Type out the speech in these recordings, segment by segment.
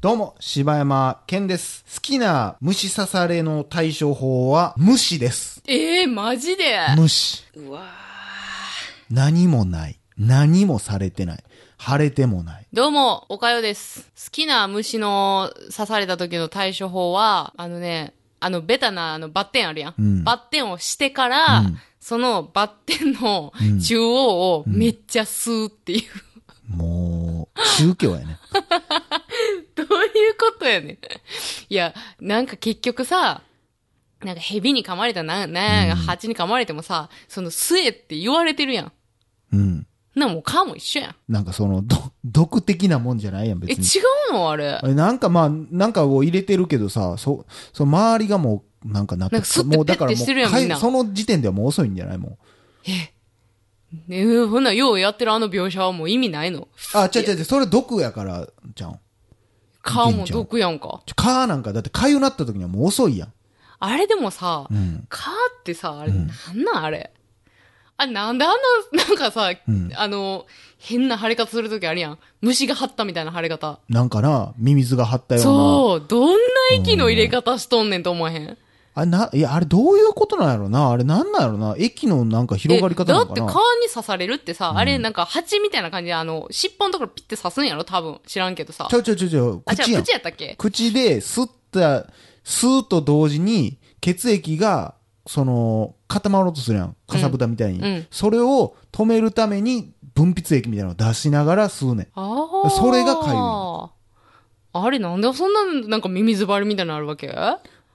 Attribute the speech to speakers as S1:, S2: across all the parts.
S1: どうも、柴山健です。好きな虫刺されの対処法は、無視です。
S2: ええマジで
S1: 無視。
S2: うわ
S1: 何もない。何もされてない。晴れてもない。
S2: どうも、おかよです。好きな虫の刺された時の対処法は、あのね、あの、ベタなあのバッテンあるやん。
S1: うん
S2: バッテンをしてから、
S1: うん
S2: そのバッテンの
S1: うん
S2: 中央をめっちゃ吸うっていう。
S1: もう、宗教やね。
S2: どういうことやねん。いや、なんか結局さ、なんか蛇に噛まれたな、なんや、
S1: うん
S2: 蜂に噛まれてもさ、その吸えって言われてるやん。
S1: うん。
S2: なんかもう蚊も一緒やん。
S1: なんかその、ど、毒的なもんじゃないやん、
S2: え、違
S1: 別に。
S2: うのあれ。
S1: あれなんかまあ、なんかを入れてるけどさ、そ、その周りがもう、なんかなって
S2: なんかスッて
S1: もうだから
S2: ペッて
S1: も
S2: してるや
S1: う、
S2: んみんな
S1: その時点ではもう遅いんじゃないもん。
S2: ねえほんならようやってるあの描写はもう意味ないの。
S1: あ、違う違う違う、それ毒やから、じゃん。
S2: 顔も毒やんか。
S1: ちょ蚊なんか、だって痒なった時にはもう遅いやん。
S2: あれでもさ、
S1: うん。
S2: 蚊ってさ、あれ、
S1: うん
S2: なんなんあれ。あれ、なんであんな、 なんかさ、
S1: うん
S2: あの、変な腫れ方するときあるやん。虫が張ったみたいな腫れ方。
S1: なんかな、ミミズが張ったような。
S2: そう、どんな息の入れ方しとんねんと思わへん。
S1: あれな、いや、あれどういうことなんやろな。あれなんなんやろな。液のなんか広がり方なのか
S2: えだ
S1: な。
S2: って蚊に刺されるってさ、あれなんか蜂みたいな感じで、あの、尻尾のところピッて刺すんやろ多分。知らんけどさ
S1: ち。ょちょちょちょ、
S2: あ、
S1: 口
S2: 違
S1: や
S2: うん口。やったっけ
S1: 口で吸った、吸うと同時に血液が、その、固まろうとするやん。かさぶたみたいに。
S2: うんうん
S1: それを止めるために分泌液みたいなのを出しながら吸うねん。
S2: ああ。
S1: それが痒い
S2: あれなんでそんな、なんかミミズバレみたいなのあるわけ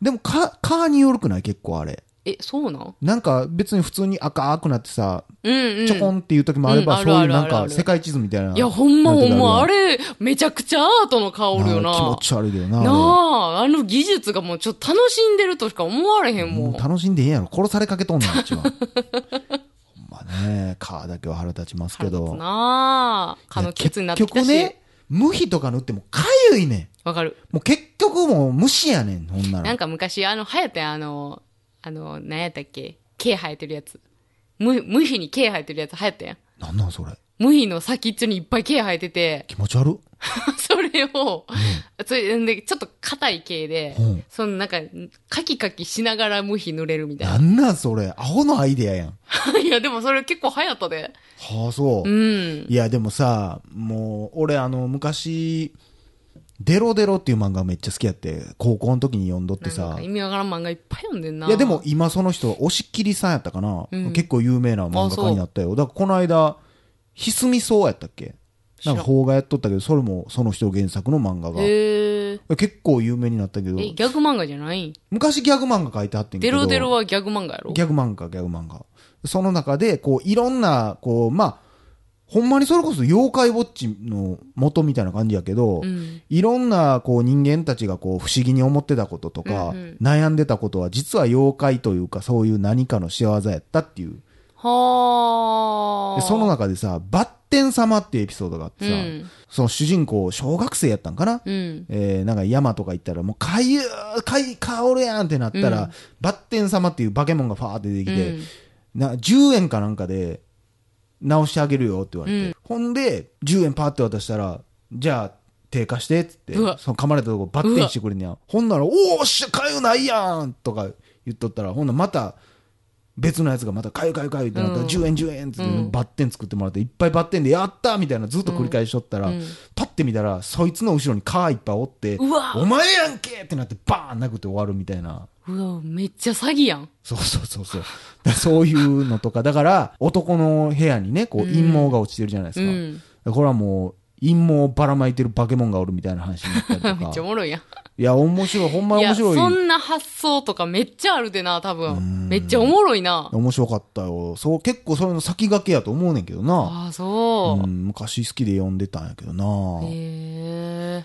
S1: でも、か、蚊によるくない結構あれ。
S2: え、そうなん
S1: なんか別に普通に赤くなってさ、
S2: うんうん。
S1: ちょこんっていう時もあれば、
S2: うんうん
S1: そういう
S2: あるあ
S1: な
S2: る
S1: ん
S2: あるあ
S1: か
S2: る
S1: 世界地図みたいな。
S2: いや、ほんまほんま、あ
S1: れ
S2: れ、めちゃくちゃアートの顔おるよな。
S1: 気持ち悪いけどな。あれ
S2: なあ、あの技術がもうちょっと楽しんでるとしか思われへんもん。
S1: もう楽しんでいいやろ。殺されかけとんねん、うちは。ほん まね、カーだけは腹立ちますけ
S2: 腹立つ
S1: ど。
S2: なあ。蚊のケツになってきた
S1: 結
S2: し。
S1: 局ね、無比とか塗ってもかゆいね
S2: わかる。
S1: ん。もう結局もう虫やねん、ほんな
S2: なん
S1: ら。
S2: か昔、あの、流行ったやんあの、あの、何やったっけ毛生えてるやつ。無、無比に毛生えてるやつ流行ったやん。
S1: なんなんそれ。
S2: 無比の先っちょにいっぱい毛生えてて、
S1: 気持ち悪っ。
S2: それを、それんで、ちょっと硬い毛で、
S1: うん
S2: そのなんか、カキカキしながら無比塗れるみたい
S1: な
S2: な。
S1: んなんそれ。アホのアイデアやん。
S2: いや、でもそれ結構流行ったで。
S1: はあ、そう。
S2: うん。
S1: いや、でもさ、もう、俺、あの、昔、デロデロっていう漫画めっちゃ好きやって、高校の時に読んどって
S2: なん
S1: さ
S2: か。意味わからん漫画いっぱい読んでんな。
S1: いや、でも、今その人、押切さんやったかな、
S2: うん
S1: 結構有名な漫画家になったよ。だからこの間、ひすみそうやったっけ
S2: 知ら
S1: なんんか邦画やっとったけど、それもその人原作の漫画が。
S2: へー
S1: 結構有名になったけど、
S2: え、ギャグ漫画じゃないん
S1: 昔ギャグ漫画書いてあってんけ
S2: デ
S1: ど。
S2: ロデロはギャグ漫画やろ
S1: ギャグ漫画、ギャグ漫画。その中で、こう、いろんな、こう、まあ、ほんまにそれこそ妖怪ウォッチの元みたいな感じやけど、
S2: うん。
S1: いろんな、こう、人間たちが、こう、不思議に思ってたこととか、
S2: うんうん
S1: 悩んでたことは、実は妖怪というか、そういう何かの仕業やったっていう。
S2: は
S1: で
S2: あ。
S1: その中でさ、バッテン様っていうエピソードがあって
S2: う
S1: さ、
S2: ん。
S1: その主人公、小学生やったんかな、
S2: うん。
S1: えーなんか山とか行ったら、もう、かゆー、かい、かおるやんってなったら、
S2: うん
S1: バッテン様っていう化け物がファーって出てきて、
S2: うん
S1: な10円かなんかで直してあげるよって言われて、
S2: うん
S1: ほんで10円パーって渡したらじゃあ低下してっつって
S2: うわ
S1: その噛まれたとこバッテンしてくれんねやほんなら「おーっしゃかゆないやん!」とか言っとったらほんならまた別のやつがまた「かゆかゆかゆ」ってなったら「
S2: うん
S1: 10円10円」っつって
S2: うん
S1: バッテン作ってもらっていっぱいバッテンで「やった!」みたいなずっと繰り返しとったら、
S2: うん
S1: パッて見たらそいつの後ろにカーいっぱいおって
S2: うわ
S1: お前やんけ!」ってなってバーン殴って終わるみたいな。
S2: うわ、めっちゃ詐欺やん。
S1: そうそうそうそう。だからそういうのとか、だから、男の部屋にね、こう、
S2: うん
S1: 陰謀が落ちてるじゃないです
S2: う
S1: か。
S2: ん。
S1: これはもう、陰謀をばらまいてる化け物がおるみたいな話になったり
S2: めっちゃ
S1: と
S2: お
S1: か。
S2: もろいやん。
S1: いや、面白い、ほんま
S2: い
S1: に
S2: や、
S1: 面白い。
S2: そんな発想とかめっちゃあるでな、多
S1: うん
S2: 分。めっちゃおもろいな。
S1: 面白かったよ。そう、結構それの先駆けやと思うねんけどな。
S2: ああ、
S1: う
S2: そう。
S1: ん、昔好きで読んでたんやけどな。
S2: へ
S1: と、
S2: え。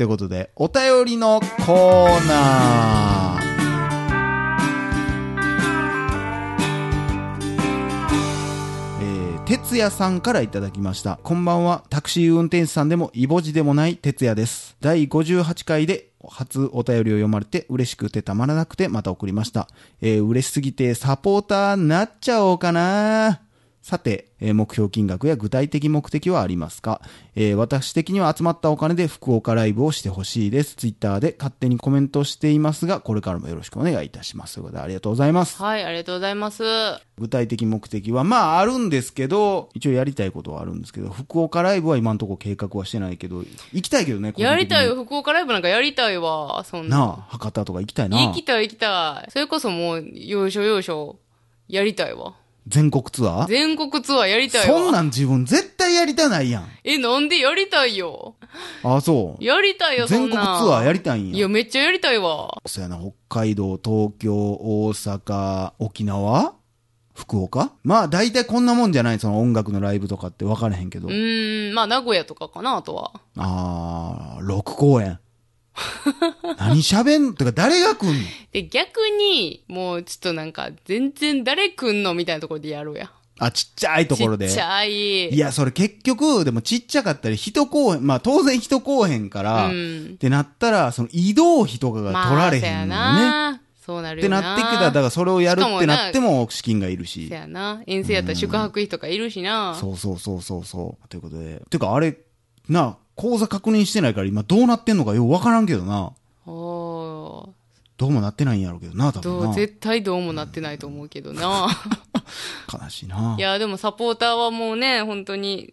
S1: いうことで、お便りのコーナー。えー、哲也さんからいただきました。こんばんは、タクシー運転手さんでもイボジでもない哲也です。第58回で初お便りを読まれて嬉しくてたまらなくてまた送りました。えー、嬉しすぎてサポーターなっちゃおうかな。さて、えー目標金額や具体的目的はありますか、えー私的には集まったお金で福岡ライブをしてほしいです。ツイッターで勝手にコメントしていますが、これからもよろしくお願いいたします。ということで、ありがとうございます。
S2: はい、ありがとうございます。
S1: 具体的目的は、まあ、あるんですけど、一応やりたいことはあるんですけど、福岡ライブは今んとこ計画はしてないけど、行きたいけどね、個人的に
S2: やりたいよ、。福岡ライブなんかやりたいわ、そんな。
S1: なあ、博多とか行きたいな。
S2: 行きたい行きたい。それこそもう、要所要所、やりたいわ。
S1: 全国ツアー
S2: 全国ツアーやりたいわ。
S1: そんなん自分絶対やりたないやん。
S2: え、なんでやりたいよ。
S1: あ、そう。
S2: やりたいよ、そ
S1: 全
S2: ん
S1: 国ツ
S2: な。
S1: アーやりたいん
S2: い
S1: や。
S2: や、めっちゃやりたいわ。
S1: そうやな、北海道、東京、大阪、沖縄福岡まあ大体こんなもんじゃないその音楽のライブとかって分からへんけど。
S2: うーん、まあ、名古屋とかかな、あとは。
S1: あー、6公演。何喋ん、てか誰が来んの
S2: で、逆に、もう、ちょっとなんか、全然誰来んのみたいなところでやろうや。
S1: あ、ちっちゃいところで。
S2: ちっちゃい。
S1: いや、それ結局、でもちっちゃかったり、一公演、まあ当然一公演から、
S2: うん
S1: ってなったら、その移動費とかが取られへんの
S2: ま
S1: よ
S2: あそ
S1: ね。
S2: やなそうなる
S1: って
S2: よな。
S1: なってきたら、だからそれをやるってなっても資金がいる
S2: そ
S1: し。
S2: やな。遠征やったら宿泊費とかいるしな。
S1: そうそうそうそうそう。ということで。てかあれ、なあ、口座確認してないから今どうなってんのかようわからんけどな。
S2: お
S1: どうもなってないんやろうけどな、多
S2: ーど
S1: 分
S2: う、
S1: な。
S2: 絶対どうもなってないと思うけど な。。
S1: 悲しいない
S2: や、でもサポーターはもうね、本当に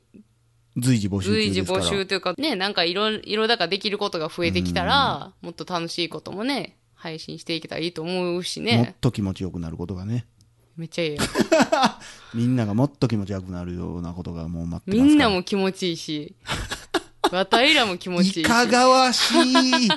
S1: 随時募集
S2: 随
S1: 中
S2: 時
S1: ですか
S2: 募
S1: ら。
S2: 集というか、ね、なんかいろいろだからできることが増えてきたら、もっと楽しいこともね、配信していけたらいいと思うし
S1: もっ
S2: ね。
S1: と気持ちよくなることがね。
S2: めっちゃ いいよ。
S1: みんながもっと気持ちよくなるようなことがもう待ってます
S2: み
S1: から。
S2: んなも気持ちい いし、わたいらも気持ちいいし。
S1: いかがわし い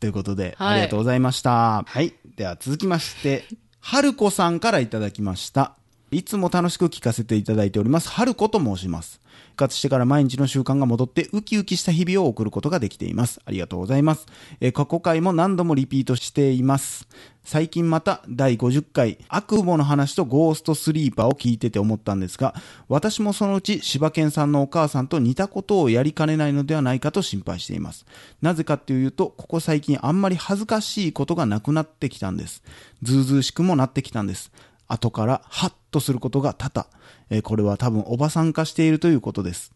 S1: ということで、
S2: はい
S1: ありがとうございました。はい。では続きまして、はるこさんからいただきました。いつも楽しく聞かせていただいております。はること申します。復活してから毎日の習慣が戻って、ウキウキした日々を送ることができています。ありがとうございます。えー過去回も何度もリピートしています。最近また第50回、悪夢の話とゴーストスリーパーを聞いてて思ったんですが、私もそのうち柴犬さんのお母さんと似たことをやりかねないのではないかと心配しています。なぜかというと、ここ最近あんまり恥ずかしいことがなくなってきたんです。ずうずうしくもなってきたんです。後からハッとすることが多々。えーこれは多分おばさん化しているということです。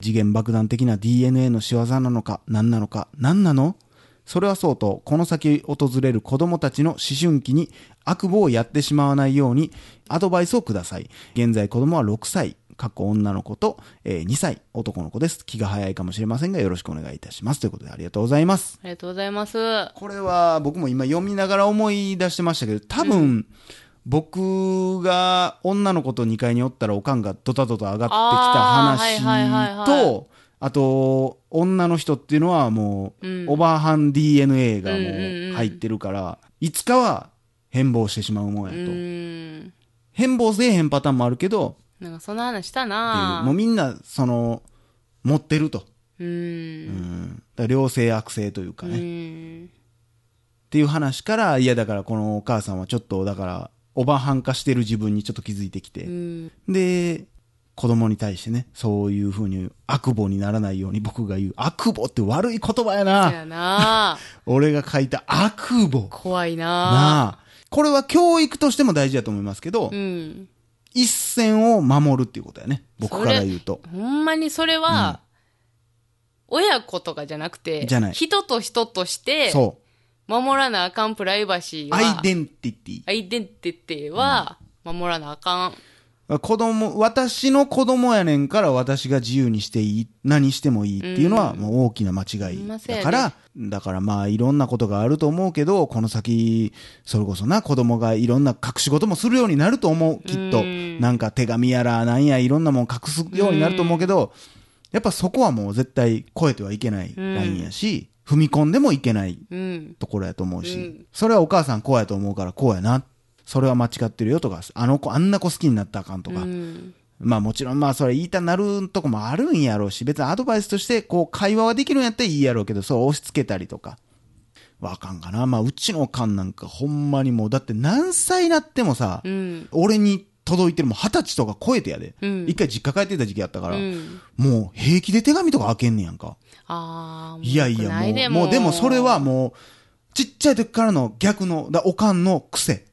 S1: 次元爆弾的な DNA の仕業なのか、何なのか、何なのそれはそうと、この先訪れる子供たちの思春期に悪夢をやってしまわないようにアドバイスをください。現在子供は6歳、過去女の子と、えー2歳、男の子です。気が早いかもしれませんがよろしくお願いいたします。ということでありがとうございます。
S2: ありがとうございます。う
S1: これは僕も今読みながら思い出してましたけど、多分、僕が女の子と2階におったらおかんがドタドタ上がってきた
S2: あーはいはいはい
S1: 話
S2: は
S1: と、あと、女の人っていうのはもう、
S2: うん
S1: オバハン DNA がもう
S2: うんうんうん
S1: 入ってるから、いつかは変貌してしまうもんやと。
S2: ーん。
S1: 変貌せえへんパターンもあるけど、
S2: なんかそんな話した
S1: っていう
S2: な
S1: もうみんな、その、持ってると。
S2: うー。
S1: うんん。だから良性悪性というか
S2: う
S1: ね。
S2: ん。
S1: っていう話から、いやだからこのお母さんはちょっと、だから、おばはん化してる自分にちょっと気づいてき
S2: う
S1: て。
S2: ん。
S1: で、子供に対してね、そういうふうに悪母にならないように僕が言う、悪母って悪い言葉や
S2: そ
S1: な。
S2: やな
S1: 俺が書いた悪母。
S2: 怖いな
S1: なあ。これは教育としても大事だと思いますけど、
S2: うん。
S1: 一線を守るっていうことやね。僕から言うと。
S2: ほんまにそれは、親子とかじゃなくて、
S1: じゃない
S2: 人と人として、
S1: そ
S2: 守らなあかんプライバシー
S1: う。
S2: は、
S1: アイデンティティ。
S2: アイデンティティは、守らなあかん。
S1: 子供、私の子供やねんから私が自由にしていい、何してもいいっていうのはもう大きな間違いだから、だからまあいろんなことがあると思うけど、この先、それこそな、子供がいろんな隠し事もするようになると思う、きっと。
S2: うん
S1: なんか手紙やらなんやいろんなもん隠すようになると思うけど、やっぱそこはもう絶対超えてはいけないラインやし、踏み込んでもいけない
S2: うん。
S1: ところやと思うし、
S2: うん
S1: それはお母さんこうやと思うからこうやな。それは間違ってるよとか、あの子、あんな子好きになったらあかんと
S2: う
S1: か、
S2: ん。
S1: まあもちろんまあそれ言いたなるとこもあるんやろうし、別にアドバイスとしてこう会話はできるんやったらいいやろうけど、そう押し付けたりとか。わあかんかな。まあうちのおかんなんかほんまにもう、だって何歳になってもさ、
S2: うん。
S1: 俺に届いてるもう二十歳とか超えてやで。
S2: うん
S1: 一回実家帰ってた時期やったから、
S2: うん
S1: もう平気で手紙とか開けんねやんか。
S2: ああ、
S1: いやい
S2: 良く
S1: や
S2: な
S1: もう、
S2: ね
S1: もうでもそれはもう、ちっちゃい時からの逆の、だおかんの癖。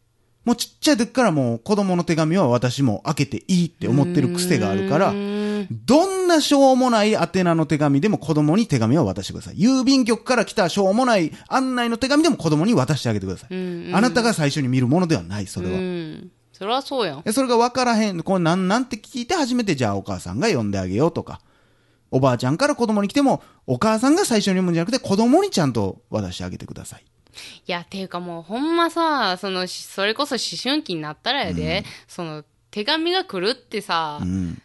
S1: もうちっちゃい時からもう子供の手紙は私も開けていいって思ってる癖があるから
S2: う、ーん
S1: どんなしょうもない宛名の手紙でも子供に手紙は渡してください。郵便局から来たしょうもない案内の手紙でも子供に渡してあげてください。
S2: うんうん
S1: あなたが最初に見るものではない、それは。
S2: うん。それはそうやん。
S1: でそれが分からへん、これなんなんて聞いて初めてじゃあお母さんが呼んであげようとか、おばあちゃんから子供に来ても、お母さんが最初に読むんじゃなくて子供にちゃんと渡してあげてください。
S2: いや、ていうかもうほんまさ、その、しそれこそ思春期になったらやで、その、手紙が来るってさ、
S1: うん。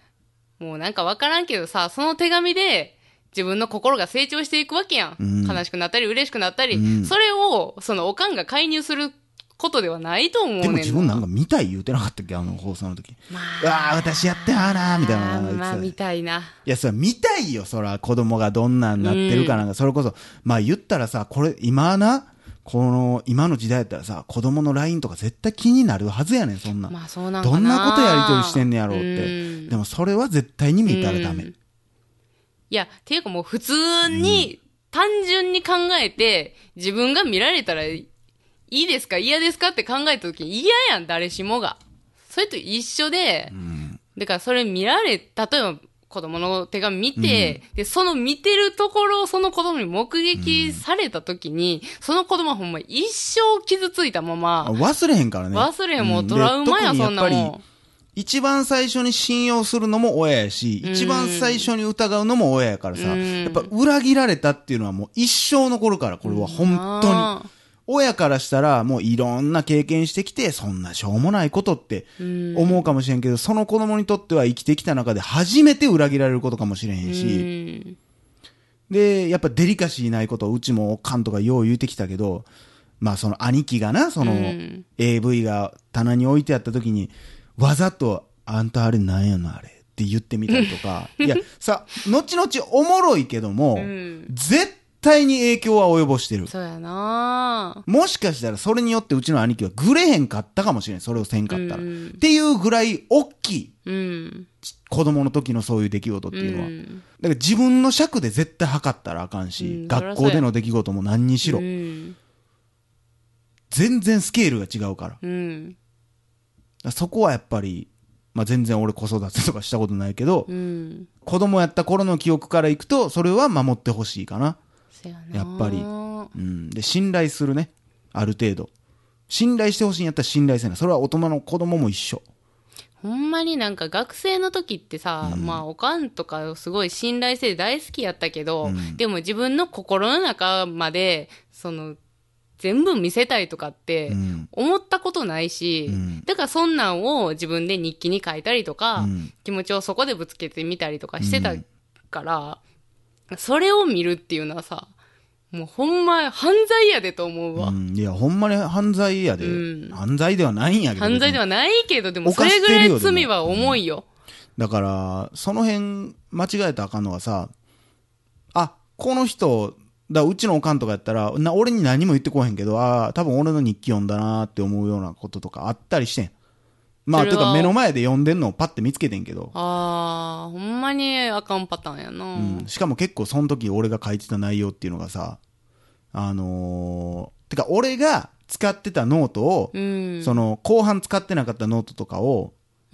S2: もうなんかわからんけどさ、その手紙で、自分の心が成長していくわけやん。
S1: うん
S2: 悲しくなったり嬉しくなったり、
S1: うん
S2: それを、その、おかんが介入することではないと思うねん
S1: で
S2: な。
S1: も自分なんか見たい言うてなかったっけあの放送の時。
S2: ま
S1: うわあ、私やってはーなーみたいな
S2: あ
S1: の
S2: ー
S1: 言
S2: まあ、
S1: って
S2: み
S1: た。
S2: たいな。
S1: いや、それは見たいよ、そら、子供がどんなんなってるかなんか、それこそ、まあ言ったらさ、これ、今な、この、今の時代やったらさ、子供の LINE とか絶対気になるはずやねん、そんなん。
S2: まあ、そうなんか
S1: ど
S2: な。
S1: んなことやりとりしてんねやろうって。
S2: うん
S1: でもそれは絶対に見たらダメ。
S2: うんいや、ていうかもう普通に、単純に考えて、自分が見られたらいいいですか嫌ですかって考えた時に嫌やん、誰しもが。それと一緒で、だからそれ見られ、例えば子供の手紙見て、で、その見てるところをその子供に目撃された時に、その子供はほんま一生傷ついたま
S1: あ
S2: ま、
S1: 忘れへんからね。
S2: 忘れへんもう
S1: で
S2: トラウマや、
S1: 特に
S2: そんな
S1: やっぱ
S2: も
S1: り一番最初に信用するのも親やし、
S2: うん
S1: 一番最初に疑うのも親やからさ、
S2: うん
S1: やっぱ裏切られたっていうのはもう一生残るから、これは
S2: ん。
S1: 本当に。親からしたらもういろんな経験してきて、そんなしょうもないことって
S2: うん
S1: 思うかもしれんけど、その子供にとっては生きてきた中で初めて裏切られることかもしれへんし、
S2: うん
S1: で、やっぱデリカシーないことをうちもおかんとかよう言うてきたけど、まあその兄貴がな、その
S2: うん
S1: AV が棚に置いてあった時に、わざと、あんたあれなんやのあれって言ってみたりと か、いや、さ、後々おもろいけども、
S2: ん
S1: 絶対に影響は及ぼしてる。
S2: そうやな
S1: もしかしたらそれによってうちの兄貴はグレへんかったかもしれん、それをせんかったら。っ
S2: うん
S1: ていうぐらい大きい
S2: うん。
S1: 子供の時のそういう出来事っていうのは。
S2: ん
S1: だから自分の尺で絶対測ったらあかんし、
S2: うん
S1: 学校での出来事も何にしろ、
S2: うん。
S1: 全然スケールが違うから。だか
S2: うん。
S1: らそこはやっぱり、まあ、全然俺子育てとかしたことないけど、
S2: うん。
S1: 子供やった頃の記憶からいくと、それは守ってほしいかな。
S2: そうやな
S1: やっぱりうん。で、信頼するね。ある程度。信頼してほしいんやったら信頼せな。それは大人の子供も一緒。
S2: ほんまになんか学生の時ってさ、まあおかんとかすごい信頼性大好きやったけど、
S1: うん
S2: でも自分の心の中まで、その、全部見せたいとかって
S1: うん。
S2: 思ったことないし、
S1: うん
S2: だからそんなんを自分で日記に書いたりとか、
S1: うん
S2: 気持ちをそこでぶつけてみたりとかしてたから、それを見るっていうのはさ、もうほんま犯罪やでと思うわ。
S1: うんいや、ほんまに犯罪やで。
S2: うん
S1: 犯罪ではないんやけど。
S2: 犯罪で
S1: は。
S2: はないけど、でもそ
S1: 犯
S2: れ
S1: し
S2: ぐ
S1: て
S2: ら
S1: るよ
S2: い罪は重いよ。
S1: だから、その辺、間違えたらあかんのがさ、あ、この人、だうちのおかんとかやったら、な俺に何も言ってこへんけど、ああ、多分俺の日記読んだなーって思うようなこととかあったりしてん。まあ、
S2: そ
S1: て
S2: れ
S1: い
S2: は
S1: うか目の前で読んでんのをパッて見つけてんけど、
S2: あー、ほんまにあかんパターンやな。
S1: うん、しかも結構その時俺が書いてた内容っていうのがさ、あのー、てか俺が使ってたノートを、
S2: うん。
S1: その後半使ってなかったノートとかを、
S2: うん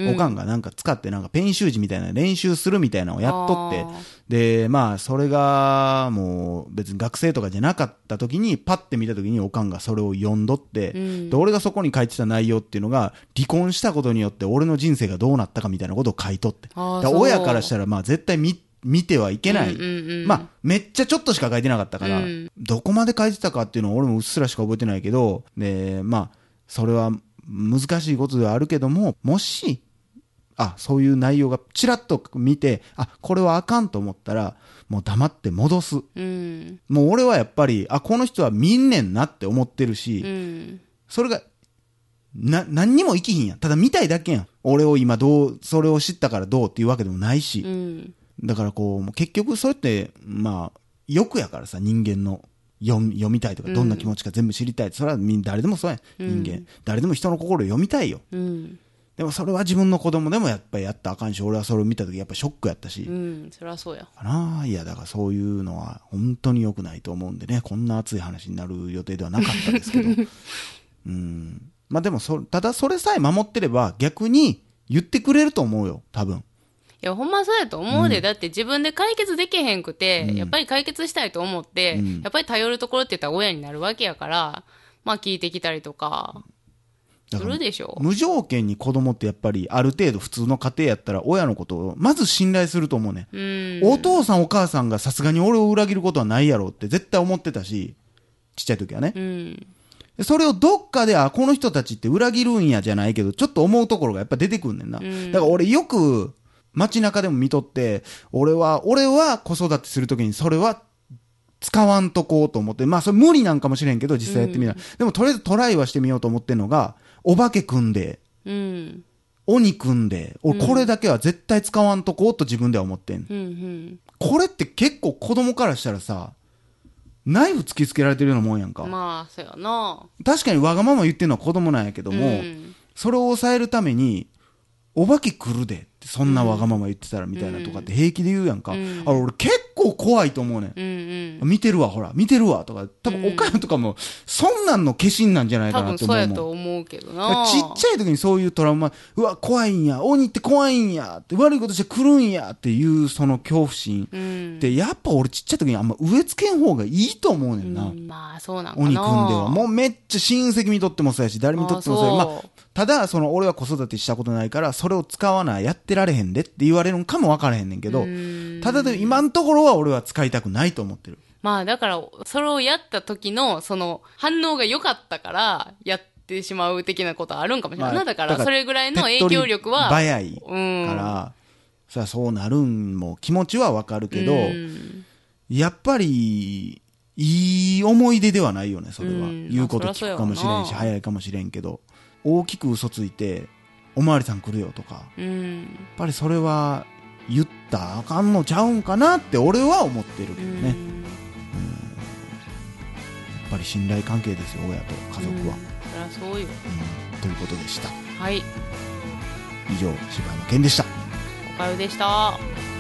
S1: おかんがなんか使ってなんかペン習字みたいな練習するみたいなのをやっとって
S2: あ、
S1: で、まあそれがもう別に学生とかじゃなかった時にパッて見た時におかんがそれを読んどって、
S2: うん
S1: で、俺がそこに書いてた内容っていうのが離婚したことによって俺の人生がどうなったかみたいなことを書いとって。
S2: あ
S1: だ
S2: ー
S1: から
S2: そう
S1: 親からしたらまあ絶対見、見てはいけない。
S2: うんうんうん
S1: まあめっちゃちょっとしか書いてなかったから、
S2: うん
S1: どこまで書いてたかっていうのは俺もうっすらしか覚えてないけど、で、まあ、それは難しいことではあるけども、もし、あ、そういう内容がちらっと見て、あ、これはあかんと思ったら、もう黙って戻す。
S2: うん。
S1: もう俺はやっぱり、あ、この人は見んねんなって思ってるし、
S2: うん。
S1: それが、な、何にも生きひんやん。ただ見たいだけやん。俺を今どう、それを知ったからどうっていうわけでもないし。
S2: うん。
S1: だからこう、もう結局それって、まあ、欲やからさ、人間の。読み読みたいとか、
S2: うん
S1: どんな気持ちか全部知りたい。それはみん誰でもそうやん。
S2: うん
S1: 人間。誰でも人の心を読みたいよ。
S2: うん。
S1: でもそれは自分の子供でもやっぱりやったらあかんし、俺はそれを見た時やっぱショックやったし。
S2: うん。そりゃそうや。
S1: かないや、だからそういうのは本当に良 くないと思うんでね、こんな熱い話になる予定ではなかったですけど。うん。まあでもそ、ただそれさえ守ってれば逆に言ってくれると思うよ、多分。
S2: いや、ほんまそうやと思うで、だって自分で解決できへんくて、やっぱり解決したいと思って、
S1: ん
S2: やっぱり頼るところって言ったら親になるわけやから、まあ聞いてきたりとか、
S1: だ
S2: す
S1: から
S2: るでしょ。
S1: 無条件に子供ってやっぱりある程度普通の家庭やったら親のことをまず信頼すると思うね、
S2: うん。
S1: お父さんお母さんがさすがに俺を裏切ることはないやろって絶対思ってたし、ちっちゃい時はね
S2: う。ん。
S1: でそれをどっかで、あ、この人たちって裏切るんやじゃないけど、ちょっと思うところがやっぱ出てくんねんな。
S2: ん
S1: だから俺よく街中でも見とって、俺は、俺は子育てするときにそれは使わんとこうと思って、まあそれ無理なんかもしれんけど、実際やってみたら。でもとりあえずトライはしてみようと思ってんのが、お化け組んで、
S2: うん。
S1: 鬼組んで、俺これだけは絶対使わんとこうと自分では思ってん。
S2: うん。うん。
S1: これって結構子供からしたらさ、ナイフ突きつけられてるようなもんやんか。
S2: まあ、そうやな。
S1: 確かにわがまま言ってるのは子供なんやけども、
S2: うん
S1: それを抑えるために、お化け来るでって、そんなわがまま言ってたらみたいなとかって平気で言うやんか。
S2: うん
S1: あれ俺結構怖いと思うねん。
S2: うんうん。
S1: 見てるわ、ほら、見てるわとか、多分岡山とかも、そんなんの化身なんじゃないか
S2: 多
S1: な
S2: 分
S1: と
S2: そ
S1: 思う
S2: うや
S1: もん。
S2: と思うけど
S1: だから
S2: な。
S1: ちっちゃい時にそういうトラウマ、うわ、怖いんや、鬼って怖いんや、って悪いことして来るんやっていうその恐怖心
S2: ゃい。うん。
S1: って、やっぱ俺ちっちゃい時にあんま植え付けん方がいいと思うねんな。
S2: うんまあ、そうなんかな。
S1: 鬼くんでは。もうめっちゃ親戚にとってもそうやし、誰にとってもそうや
S2: あ
S1: ま
S2: そう
S1: あ、ただ、その俺は子育てしたことないから、それを使わない、やってられへんでって言われるんかも分からへんねんけど、ただでも今のところは俺は使いたくないと思ってる。
S2: まあだから、それをやった時の、その、反応が良かったから、やってしまう的なことはあるんかもしれない。
S1: まあ
S2: なだか
S1: だ
S2: ら、
S1: から
S2: それぐらいの影響力は。
S1: 手っ取り早い
S2: うん。
S1: から、さあそうなるんも気持ちは分かるけど、
S2: うん
S1: やっぱり、いい思い出ではないよね、それは。
S2: うん
S1: 言うこと
S2: まあそ
S1: 聞
S2: りゃ
S1: くかもしれん
S2: そうやわ
S1: し、
S2: な
S1: 早いかもしれんけど、大きく嘘ついて、おまわりさん来るよとか、
S2: うん。
S1: やっぱりそれは言ったらあかんのちゃうんかなって俺は思ってるけ
S2: う
S1: ど
S2: ん
S1: ね、やっぱり信頼関係ですよ親と家族は、
S2: うんそりゃそうよ。
S1: うんということでした
S2: はい。
S1: 以上柴山健でした
S2: おかゆでした。
S1: 「